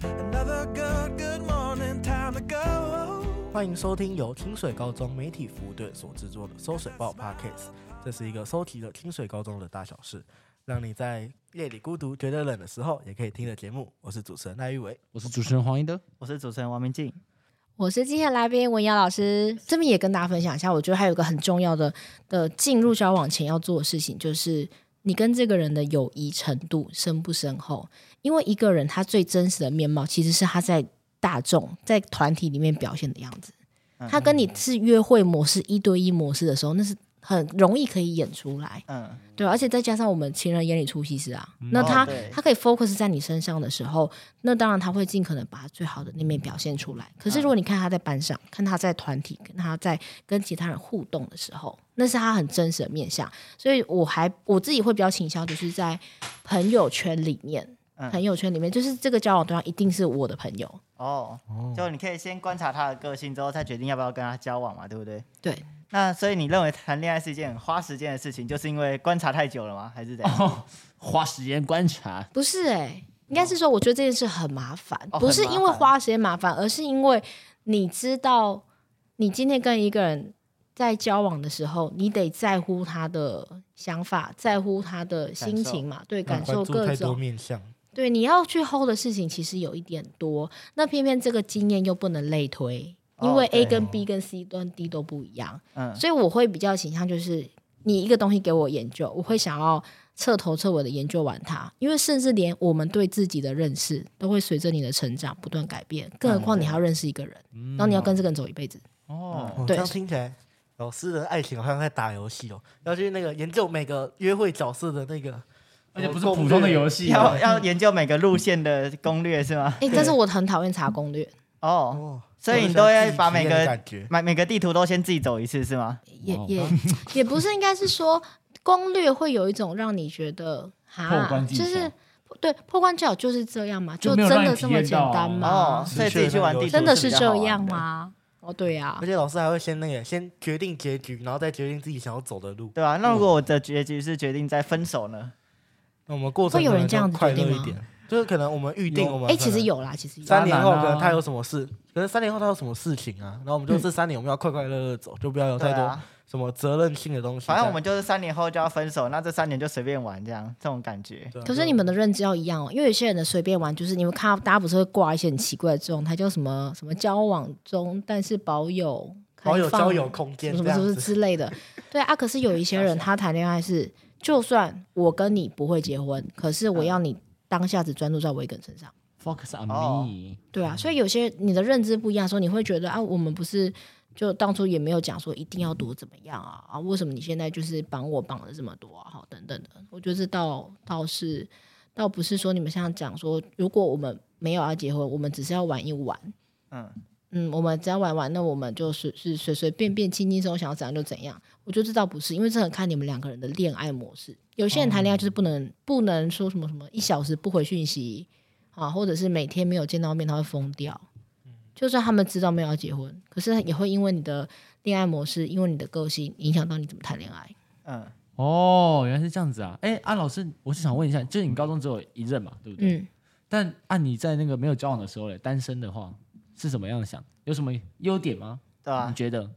good, good, good morning, time to go. 欢迎收听由清水高中媒体服务队所制作的《搜水报 Podcast》，这是一个搜集了清水高中的大小事，让你在夜里孤独、觉得冷的时候也可以听的节目。我是主持人赖玉伟，我是主持人黄一德，我是主持人王明静。我是今天的来宾文瑶老师。这边也跟大家分享一下，我觉得还有一个很重要的的进入交往前要做的事情，就是你跟这个人的友谊程度深不深厚。因为一个人他最真实的面貌，其实是他在大众、在团体里面表现的样子。他跟你是约会模式、一对一模式的时候，那是很容易可以演出来。嗯，对，而且再加上我们情人眼里出西施啊，那他、哦对他可以 focus 在你身上的时候，那当然他会尽可能把他最好的那面表现出来。嗯可是如果你看他在班上，看他在团体，跟他在跟其他人互动的时候，那是他很真实的面相。所以我还我自己会比较倾向，就是在朋友圈里面，嗯朋友圈里面就是这个交往对象一定是我的朋友，哦，就你可以先观察他的个性，之后再决定要不要跟他交往嘛，对不对？对。那所以你认为谈恋爱是一件很花时间的事情，就是因为观察太久了吗？还是怎哦样？花时间观察，不是哎、应该是说，我觉得这件事很麻烦，哦不是很麻因为烦花时间麻烦，而是因为你知道，你今天跟一个人在交往的时候，你得在乎他的想法，在乎他的心情嘛，对，感受嗯关注各太多种，面向，对，你要去 hold 的事情其实有一点多，那偏偏这个经验又不能类推，哦因为 A 对跟 B 跟 C 跟 D 都不一样，嗯，所以我会比较倾向就是你一个东西给我研究，我会想要彻头彻尾的研究完它，因为甚至连我们对自己的认识都会随着你的成长不断改变，更何况你嗯还要认识一个人，然后你要跟这个人走一辈子。哦哦，这对样听起来，老师的爱情好像在打游戏哦，要去那个研究每个约会角色的那个，而且不是普通的游戏要哦，要研究每个路线的攻略是吗？哎、嗯但是我很讨厌查攻略，哦，嗯哦，所以你都要把每我很喜欢自己体验的个感觉，每每个地图都先自己走一次是吗？也哦 也也不是，应该是说攻略会有一种让你觉得破哈关，技巧就是对破关技巧就是这样嘛，就就没有真让的你体这么验简到单哦，吗？所以自己去玩地图真的嗯是比较好这玩样？吗？哦，对呀、哦而且老师还会先那个先决定结局，然后再决定自己想要走的路。对吧、那如果我的结局是决定在分手呢？那我们过程会有可人能这样子快决定乐一吗点，就是可能我们预定有我们哎、可其实能有啦，其实有。嗯三年后当然可啊能他有什么事，可是三年后他有什么事情啊？然后我们就这三年我们要快快乐乐走，就不要哦有对太多啊，什么责任性的东西在。啊反正我们就是三年后就要分手，那这三年就随便玩这样，这种感觉。对啊可是你们的认知要一样哦，因为有些人的随便玩，就是你们看到大家不是会挂一些很奇怪的状态，叫什么什么交往中，但是保有保有开放交友空间什么这什样么子，之类的。对啊，可是有一 些人他谈恋爱是，就算我跟你不会结婚，可是嗯我要你当下只专注在我一个人身上。 ，focus on 哦 me，对啊，所以有些你的认知不一样的时候，你会觉得啊，我们不是就当初也没有讲说一定要多怎么样啊啊，为什么你现在就是绑我绑了这么多啊？好，等等的，我觉得这倒倒是倒不是说你们像讲说，如果我们没有要结婚，我们只是要玩一玩，嗯，嗯，我们只要玩玩，那我们就是是随随便便、轻轻松松，想要怎样就怎样。我觉得这倒不是，因为这很看你们两个人的恋爱模式。有些人谈恋爱就是不能、不能说什么什么一小时不回讯息啊，或者是每天没有见到面他会疯掉。就算他们知道没有要结婚，可是也会因为你的恋爱模式，因为你的个性影响到你怎么谈恋爱。嗯，哦，原来是这样子啊，哎，啊老师，我是想问一下，就是你高中只有一任嘛，对不对？嗯，但按你在那个没有交往的时候嘞，单身的话是怎么样想？有什么优点吗？对啊吧、你觉得？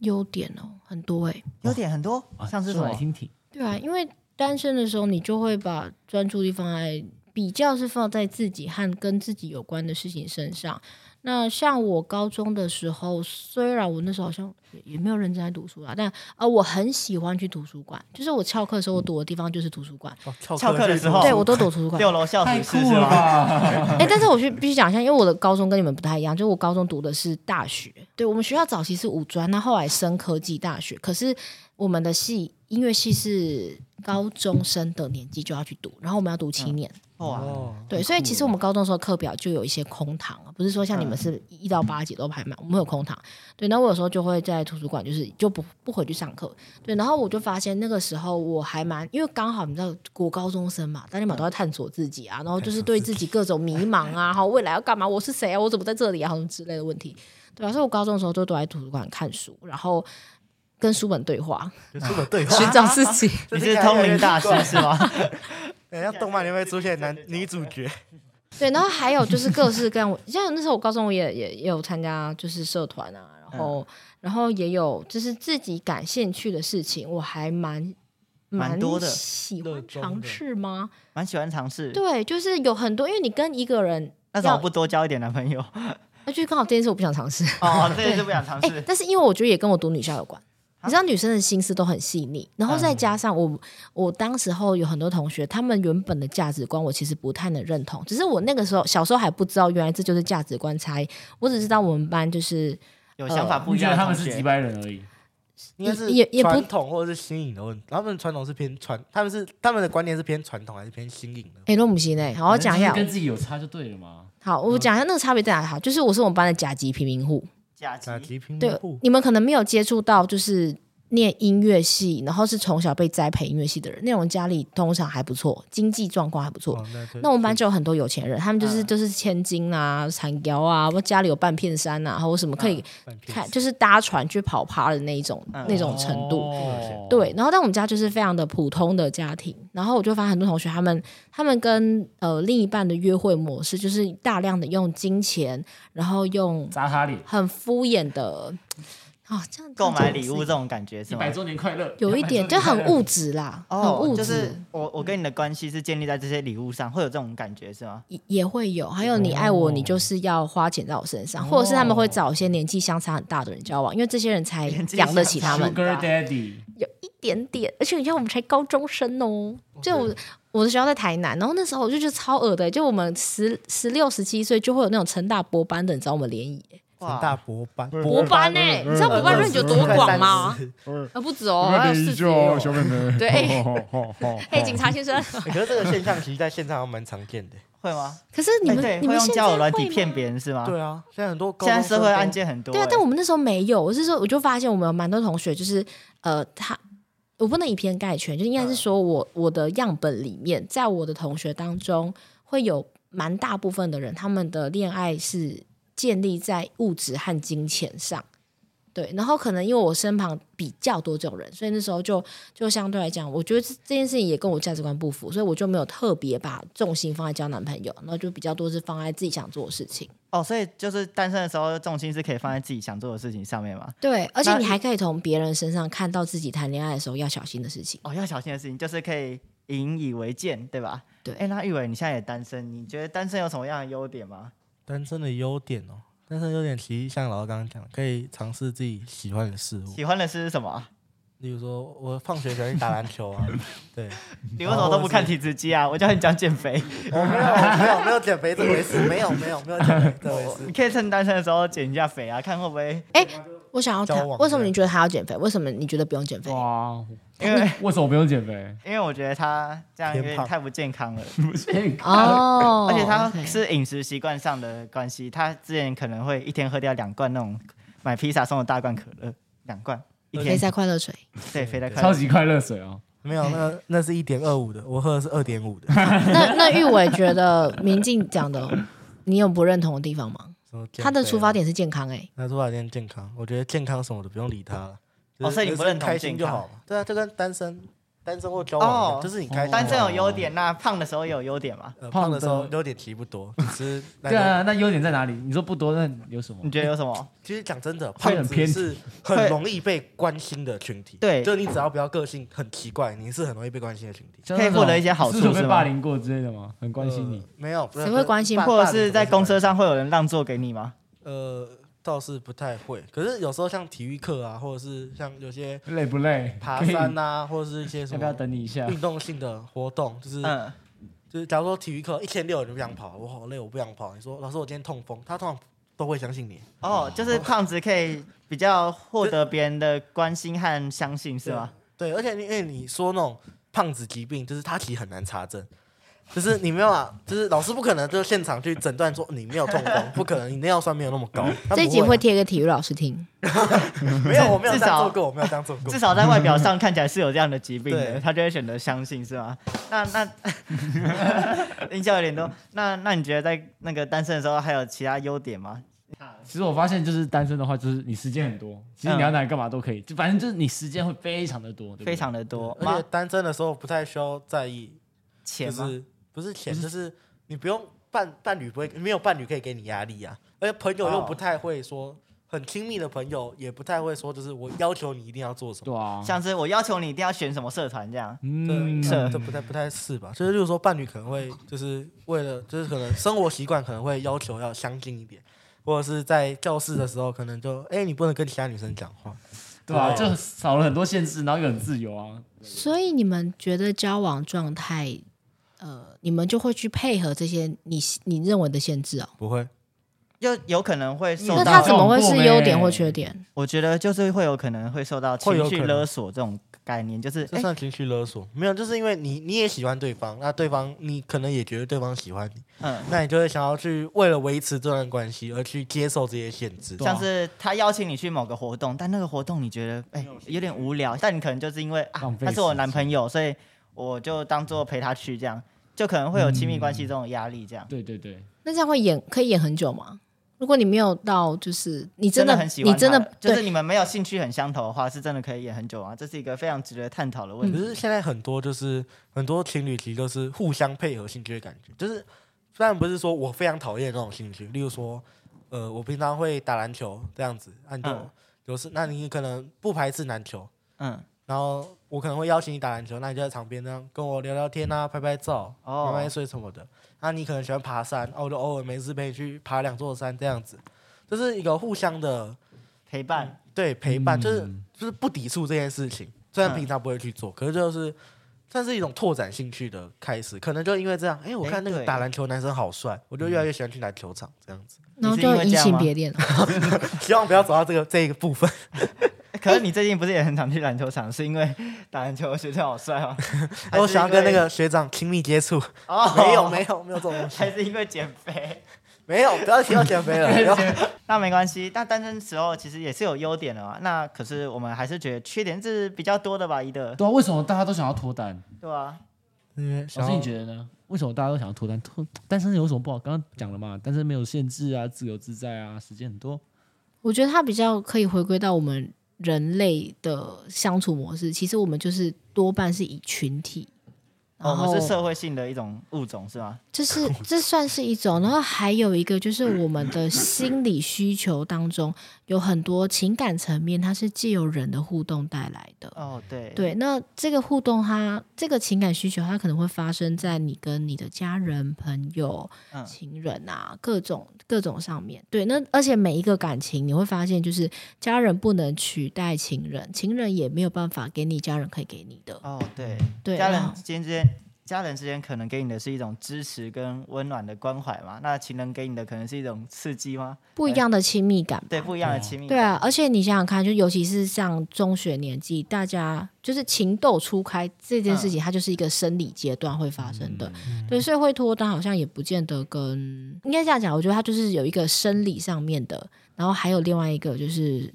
优点哦很多诶、优点很多，啊像是什啊说来么？听听，对啊，因为单身的时候，你就会把专注力放在比较是放在自己和跟自己有关的事情身上。那像我高中的时候，虽然我那时候好像也也没有认真在读书啦，但呃，我很喜欢去图书馆，就是我翘课的时候，我躲的地方就是图书馆。哦翘翘课的去时候哦对，我都躲图书馆。六楼校史啊室是吗？吧！哎、但是我去必须讲一下，因为我的高中跟你们不太一样，就我高中读的是大学，对我们学校早期是五专，那后来升科技大学，可是我们的系音乐系是高中生的年纪就要去读，然后我们要读七年，哇，哦，对，所以其实我们高中的时候课表就有一些空堂，啊不是说像你们是一到八节都排满，我们有空堂。对，那我有时候就会在图书馆，就是就不不回去上课。对，然后我就发现那个时候我还蛮，因为刚好你知道，国高中生嘛，大家嘛都在探索自己啊，然后就是对自己各种迷茫啊，好未来要干嘛，我是谁啊，我怎么在这里啊，什么之类的问题。对啊，所以我高中的时候就躲在图书馆看书，然后跟书本对话， 就书本对话， 寻找自己。 你是通灵大师是吗？等一下动漫里面会出现男女主角，对，然后还有就是各式各样，我像那时候我高中我也也也有参加就是社团啊，然后、嗯然后也有就是自己感兴趣的事情，我还蛮蛮多的喜热欢衷尝的试吗？蛮喜欢尝试。对，就是有很多，因为你跟一个人那怎么不多交一点男朋友？啊，就是刚好这件事我不想尝试，哦，这个就不想尝哎、试。但是因为我觉得也跟我读女校有关。啊你知道女生的心思都很细腻，然后再嗯加上我，我当时候有很多同学，他们原本的价值观我其实不太能认同，只是我那个时候小时候还不知道原来这就是价值观差异，我只知道我们班就是有想呃法不你一觉得样的他同们是几学，百人而已，应该是也也不传统或者是新颖的问题。他们传统是偏传，他们是他们的观念是偏传统还是偏新颖的？哎，那我们行嘞，好，我讲一反正，下就是跟自己有差就对了嘛。好，我讲一下那个差别在哪里。好，就是我是我们班的甲级贫民户，甲甲级级拼对布，你们可能没有接触到，就是念音乐系，然后是从小被栽培音乐系的人，那种家里通常还不错，经济状况还不错，哦那就那我们班就有很多有钱人，他们嗯就是、就是千金啊、产窑啊，或家里有半片山啊，或什么可以半片看，色就是搭船去跑趴的那一种、嗯那种程度。哦对，，然后但我们家就是非常的普通的家庭，然后我就发现很多同学他们他们跟呃另一半的约会模式就是大量的用金钱，然后用砸他脸，很敷衍的啊、这样购买礼物这这样种感觉一是吗百？周年快乐，有一 点就很物质啦，哦很，物就质。是我我跟你的关系是建立在这些礼物上，会有这种感觉是吗？也也会有，还有你爱我，你就是要花钱在我身上，或者是他们会找一些年纪相差很大的人交往，因为这些人才年纪养得起相差他很们大 Sugar Daddy，有一点点。而且你看，我们才高中生哦，就我我的学校在台南，然后那时候我就觉得超恶的、就我们十十六、十七岁就会有那种成大博班的人找我们联谊，成大博班，博班呢、你知道博班 range 有多广吗？嗯啊，不止哦，还有四十哦，哦。小妹妹。 对哎嘿嘿，警察先生，欸可是这个现象其实在现场还蛮常见的。会吗？可是你哎们、对，你会们用现在交友软会体吗骗别人是吗？对啊，现在很多高现在中生社会都案件很多欸。对啊，但我们那时候没有，我是说，我就发现我们有蛮多同学，就是呃，他我不能以偏概全，就应该是说我我的样本里面，在我的同学当中，会有蛮大部分的人，他们的恋爱是建立在物质和金钱上。对，然后可能因为我身旁比较多这种人，所以那时候就就相对来讲，我觉得这这件事情也跟我价值观不符，所以我就没有特别把重心放在交男朋友，然后就比较多是放在自己想做的事情。哦，所以就是单身的时候，重心是可以放在自己想做的事情上面嘛。对，而且那你你还可以从别人身上看到自己谈恋爱的时候要小心的事情。哦，要小心的事情就是可以引以为戒，对吧？对哎，那玉伟，你现在也单身，你觉得单身有什么样的优点吗？单身的优点哦，单身优点其实像老师刚刚讲的，可以尝试自己喜欢的事物，喜欢的是什么？例如说我放学喜欢去打篮球啊，对，你为什么都不看体脂机啊？我叫你讲减肥， 我没有没有没有减肥这回事，没有没有没有减肥这回你事。可以趁单身的时候减一下肥啊，看会不会？我想要交谈往，为什么你觉得还要减肥？为什么你觉得不用减肥？ 哇，因为为什么不用减肥？ 因为我觉得他这样有偏点胖太不健康了，啊哦， 而且他 OK 是饮食习惯上的关系，他之前可能会一天喝掉两罐那种买披萨送的大罐可乐，两罐一肥天，塞快乐水，对，肥在快超乐。级快乐水哦，没有，那那是一点二五的，我喝的是二点五的。那那玉伟觉得民进讲的，你有不认同的地方吗？什么减他的肥啊出发，点是健康、欸，哎，他的出发点健康，我觉得健康什么的不用理他了。哦所以你不就是认同开心就健康好嘛？对啊，就跟单身单身或交往一样，哦就是你开心就好。单身有优点，那胖的时候也有优点嘛？呃胖的时候胖的优点其实不 多，只是那对个啊，那优点在哪里？你说不多，那有什么你？觉得有什么？其实讲真的，会胖很子偏是很容易被关心的群体。对就你只要不要个性很奇怪，你是很容易被关心的群体。像那种可以获得一些好处是有被是吗霸凌过之类的吗？很关心你呃，没有？谁谁会关心或者是在公车？上会有人让座给你吗？呃，倒是不太会。可是有时候像体育课啊，或者是像有些累不累？爬可以山啊，或者是一些什要不要么等你一下？运动性的活动，就是嗯，就是，假如说体育课一千六，你不想跑，我好累，我不想跑。你说老师，我今天痛风，他通常都会相信你，哦，就是胖子可以比较获得别人的关心和相信是吗？对，而且你因为你说那种胖子疾病，就是他其实很难查证，就是你没有啊，就是老师不可能就现场去诊断说你没有痛风，不可能，你那尿酸没有那么高。他不这一集啊会贴给体育老师听。没有，我没有这至样少做过，我没有这样做过至。少在外表上看起来是有这样的疾病的，对他就会选择相信是吗？那那 音效有点多。那那你觉得在那个单身的时候还有其他优点吗？其实我发现，就是单身的话，就是你时间很多，其实你要拿来干嘛都可以，就反正就是你时间会非常的多，对不对非常的多，而妈且单身的时候不太需要在意，就钱吗？是不是钱，就是你不用伴伴侣不会没有伴侣可以给你压力啊，而且朋友又不太会说，很亲密的朋友也不太会说，就是我要求你一定要做什么，对啊，像是我要求你一定要选什么社团这样，嗯对，是这不太不太是吧？就是，例如说伴侣可能会就是为了就是可能生活习惯可能会要求要相近一点，或者是在教室的时候可能就哎、你不能跟其他女生讲话，对啊，对就少了很多限制，然后又很自由啊。所以你们觉得交往状态，呃，你们就会去配合这些你你认为的限制哦？不哎会，就有可能会受那到他怎，么会这种是过优没点或缺点？我觉得就是会有可能会受到会有情可绪能勒索这种概念，就是这哎算情绪勒索？没有，就是因为你你也喜欢对方，那对方你可能也觉得对方喜欢你，嗯，那你就会想要去为了维持这段关系而去接受这些限制。对啊像是他邀请你去某个活动，但那个活动你觉得哎、有点无聊，但你可能就是因为啊浪费他是我男时间朋友，所以我就当做陪他去这样，就可能会有亲密关系这种压力这样。嗯对对对，那这样会演可以演很久吗？如果你没有到，就是你真的很喜欢你他，真的就对是你们没有兴趣很相投的话，是真的可以演很久啊。这是一个非常值得探讨的问可题。是现在很多就是很多情侣其实都是互相配合兴趣的感觉，就是虽然不是说我非常讨厌那种兴趣，例如说，呃，我平常会打篮球这样子，按照嗯有时那你可能不排斥篮球，嗯，然后我可能会邀请你打篮球，那你就在场边这样跟我聊聊天啊，拍拍照，哦买买水什么的。那你可能喜欢爬山，哦，我就偶尔没事陪你去爬两座山这样子，就是一个互相的陪伴，对陪伴，嗯就是就是不抵触这件事情，虽然平常不会去做，可是就是算是一种拓展兴趣的开始。可能就因为这样，哎，我哎看那个对打篮球的男生好帅，我就越来越喜欢去篮球场这样子。 然后你是因就为移这样情吗别恋了。 希望不要走到这个这一个部分，可是你最近不是也很常去篮球场，是因为打篮球觉得好帅吗？还 是我想要跟那因为个学长亲密接触。哦，没 有没有没有这种东西，还是因为减肥。没有，不要提到减肥了。不要那没关系，但单身时候其实也是有优点的嘛。那可是我们还是觉得缺点是比较多的吧，一的，对啊，为什么大家都想要脱单？对啊，因为想老师，要你觉得呢？为什么大家都想要脱单？脱单身有什么不好？刚刚讲了嘛，单身没有限制啊，自由自在啊，时间很多。我觉得他比较可以回归到我们人类的相处模式。其实我们就是多半是以群体，哦我然后们是社会性的一种物种是吗？这是这算是一种，然后还有一个就是我们的心理需求当中有很多情感层面，它是借由人的互动带来的。哦，对，对，那这个互动它，这个情感需求，它可能会发生在你跟你的家人、朋友、嗯情人啊，各种各种上面。对，那而且每一个感情，你会发现，就是家人不能取代情人，情人也没有办法给你家人可以给你的。哦，对，对，家然后人之间之间，家人之间可能给你的是一种支持跟温暖的关怀嘛，那情人给你的可能是一种刺激吗？不一样的亲密感吧。对，不一样的亲密对感。啊，而且你想想看，就尤其是像中学年纪，大家就是情窦初开这嗯件事情，它就是一个生理阶段会发生的。对，所以会脱单好像也不见得跟应该这样讲，我觉得它就是有一个生理上面的，然后还有另外一个就是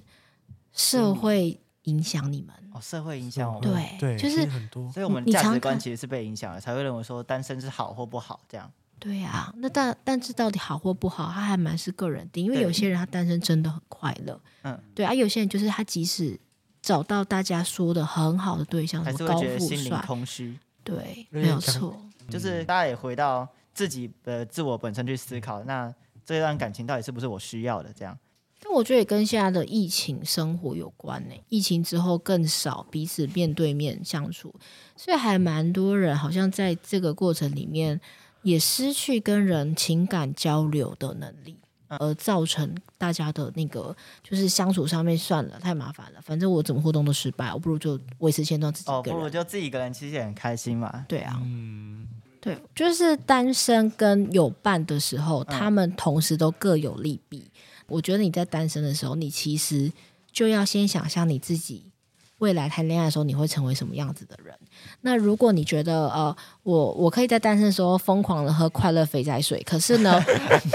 社会影响你们。哦，社会影响我们，对，对，就其实是很多所以我们你价常值观看其实是被影响的，才会认为说单身是好或不好这样。对啊。那但但是到底好或不好，它还蛮是个人定，因为对有些人他单身真的很快乐，嗯，对啊，有些人就是他即使。找到大家说的很好的对象，还什是么会嗯高觉得富心灵帅，空虚，对，有没点有像错。就是大家也回到自己的自我本身去思考，那这段感情到底是不是我需要的？这样，但我觉得也跟现在的疫情生活有关呢、疫情之后更少彼此面对面相处，所以还蛮多人好像在这个过程里面也失去跟人情感交流的能力，而造成大家的那个就是相处上面算了太麻烦了，反正我怎么互动都失败，我不如就维持现状自己哦，一个不人。如就自己一个人，其实也很开心嘛。对啊，对，就是单身跟有伴的时候，嗯他们同时都各有利弊。我觉得你在单身的时候，你其实就要先想象你自己未来谈恋爱的时候，你会成为什么样子的人。那如果你觉得呃，我我可以在单身的时候疯狂的喝快乐肥仔水，可 是呢，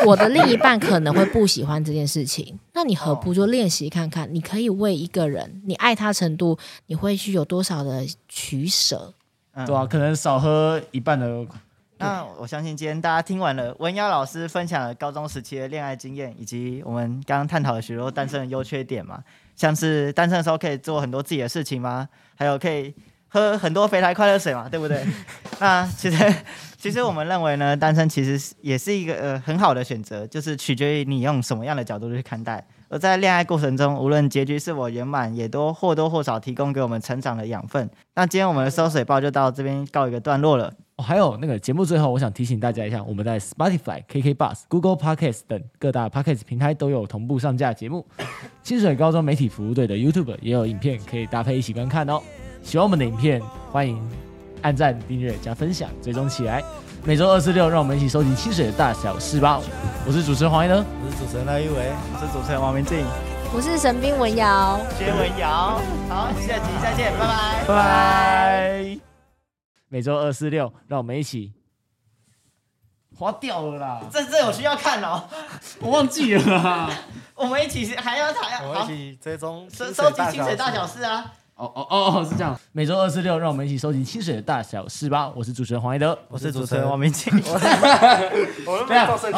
我的另一半可能会不喜欢这件事情，那你何哦不就练习看看？你可以为一个人，你爱他程度，你会去有多少的取舍？嗯对啊，可能少喝一半的那我相信今天大家听完了文瑶老师分享了高中时期的恋爱经验，以及我们刚刚探讨了许多单身的优缺点嘛，像是单身的时候可以做很多自己的事情吗？还有可以喝很多肥宅快乐水嘛，对不对？那其实其实我们认为呢，单身其实是也是一个呃很好的选择，就是取决于你用什么样的角度去看待。而在恋爱过程中，无论结局是否圆满，也都或多或少提供给我们成长的养分。那今天我们的收水报就到这边告一个段落了。哦，还有那个节目最后，我想提醒大家一下，我们在 Spotify、KK Bus、Google Podcast 等各大 Podcast 平台都有同步上架节目。清水高中媒体服务队的 YouTube 也有影片可以搭配一起观看哦。喜欢我们的影片，欢迎按赞、订阅、加分享，追踪起来。每周二、四、六，让我们一起收集清水的大小事吧。我是主持人黄一呢，我是主持人赖一维，我是主持人王明静，我是神兵文瑶。薛文瑶。好，下集再见，拜拜，拜。拜。每周二、四、六，让我们一起花掉了啦，这这我需要看哦，我忘记了啊啦。 我们一起还要还我要们一好起追踪收收集清水大事小事啊。哦哦哦哦，是这样。每周二、四、六，让我们一起收集清水的大小事吧。我是主持人黄一德。我 是主持人王明静。我们这样到圣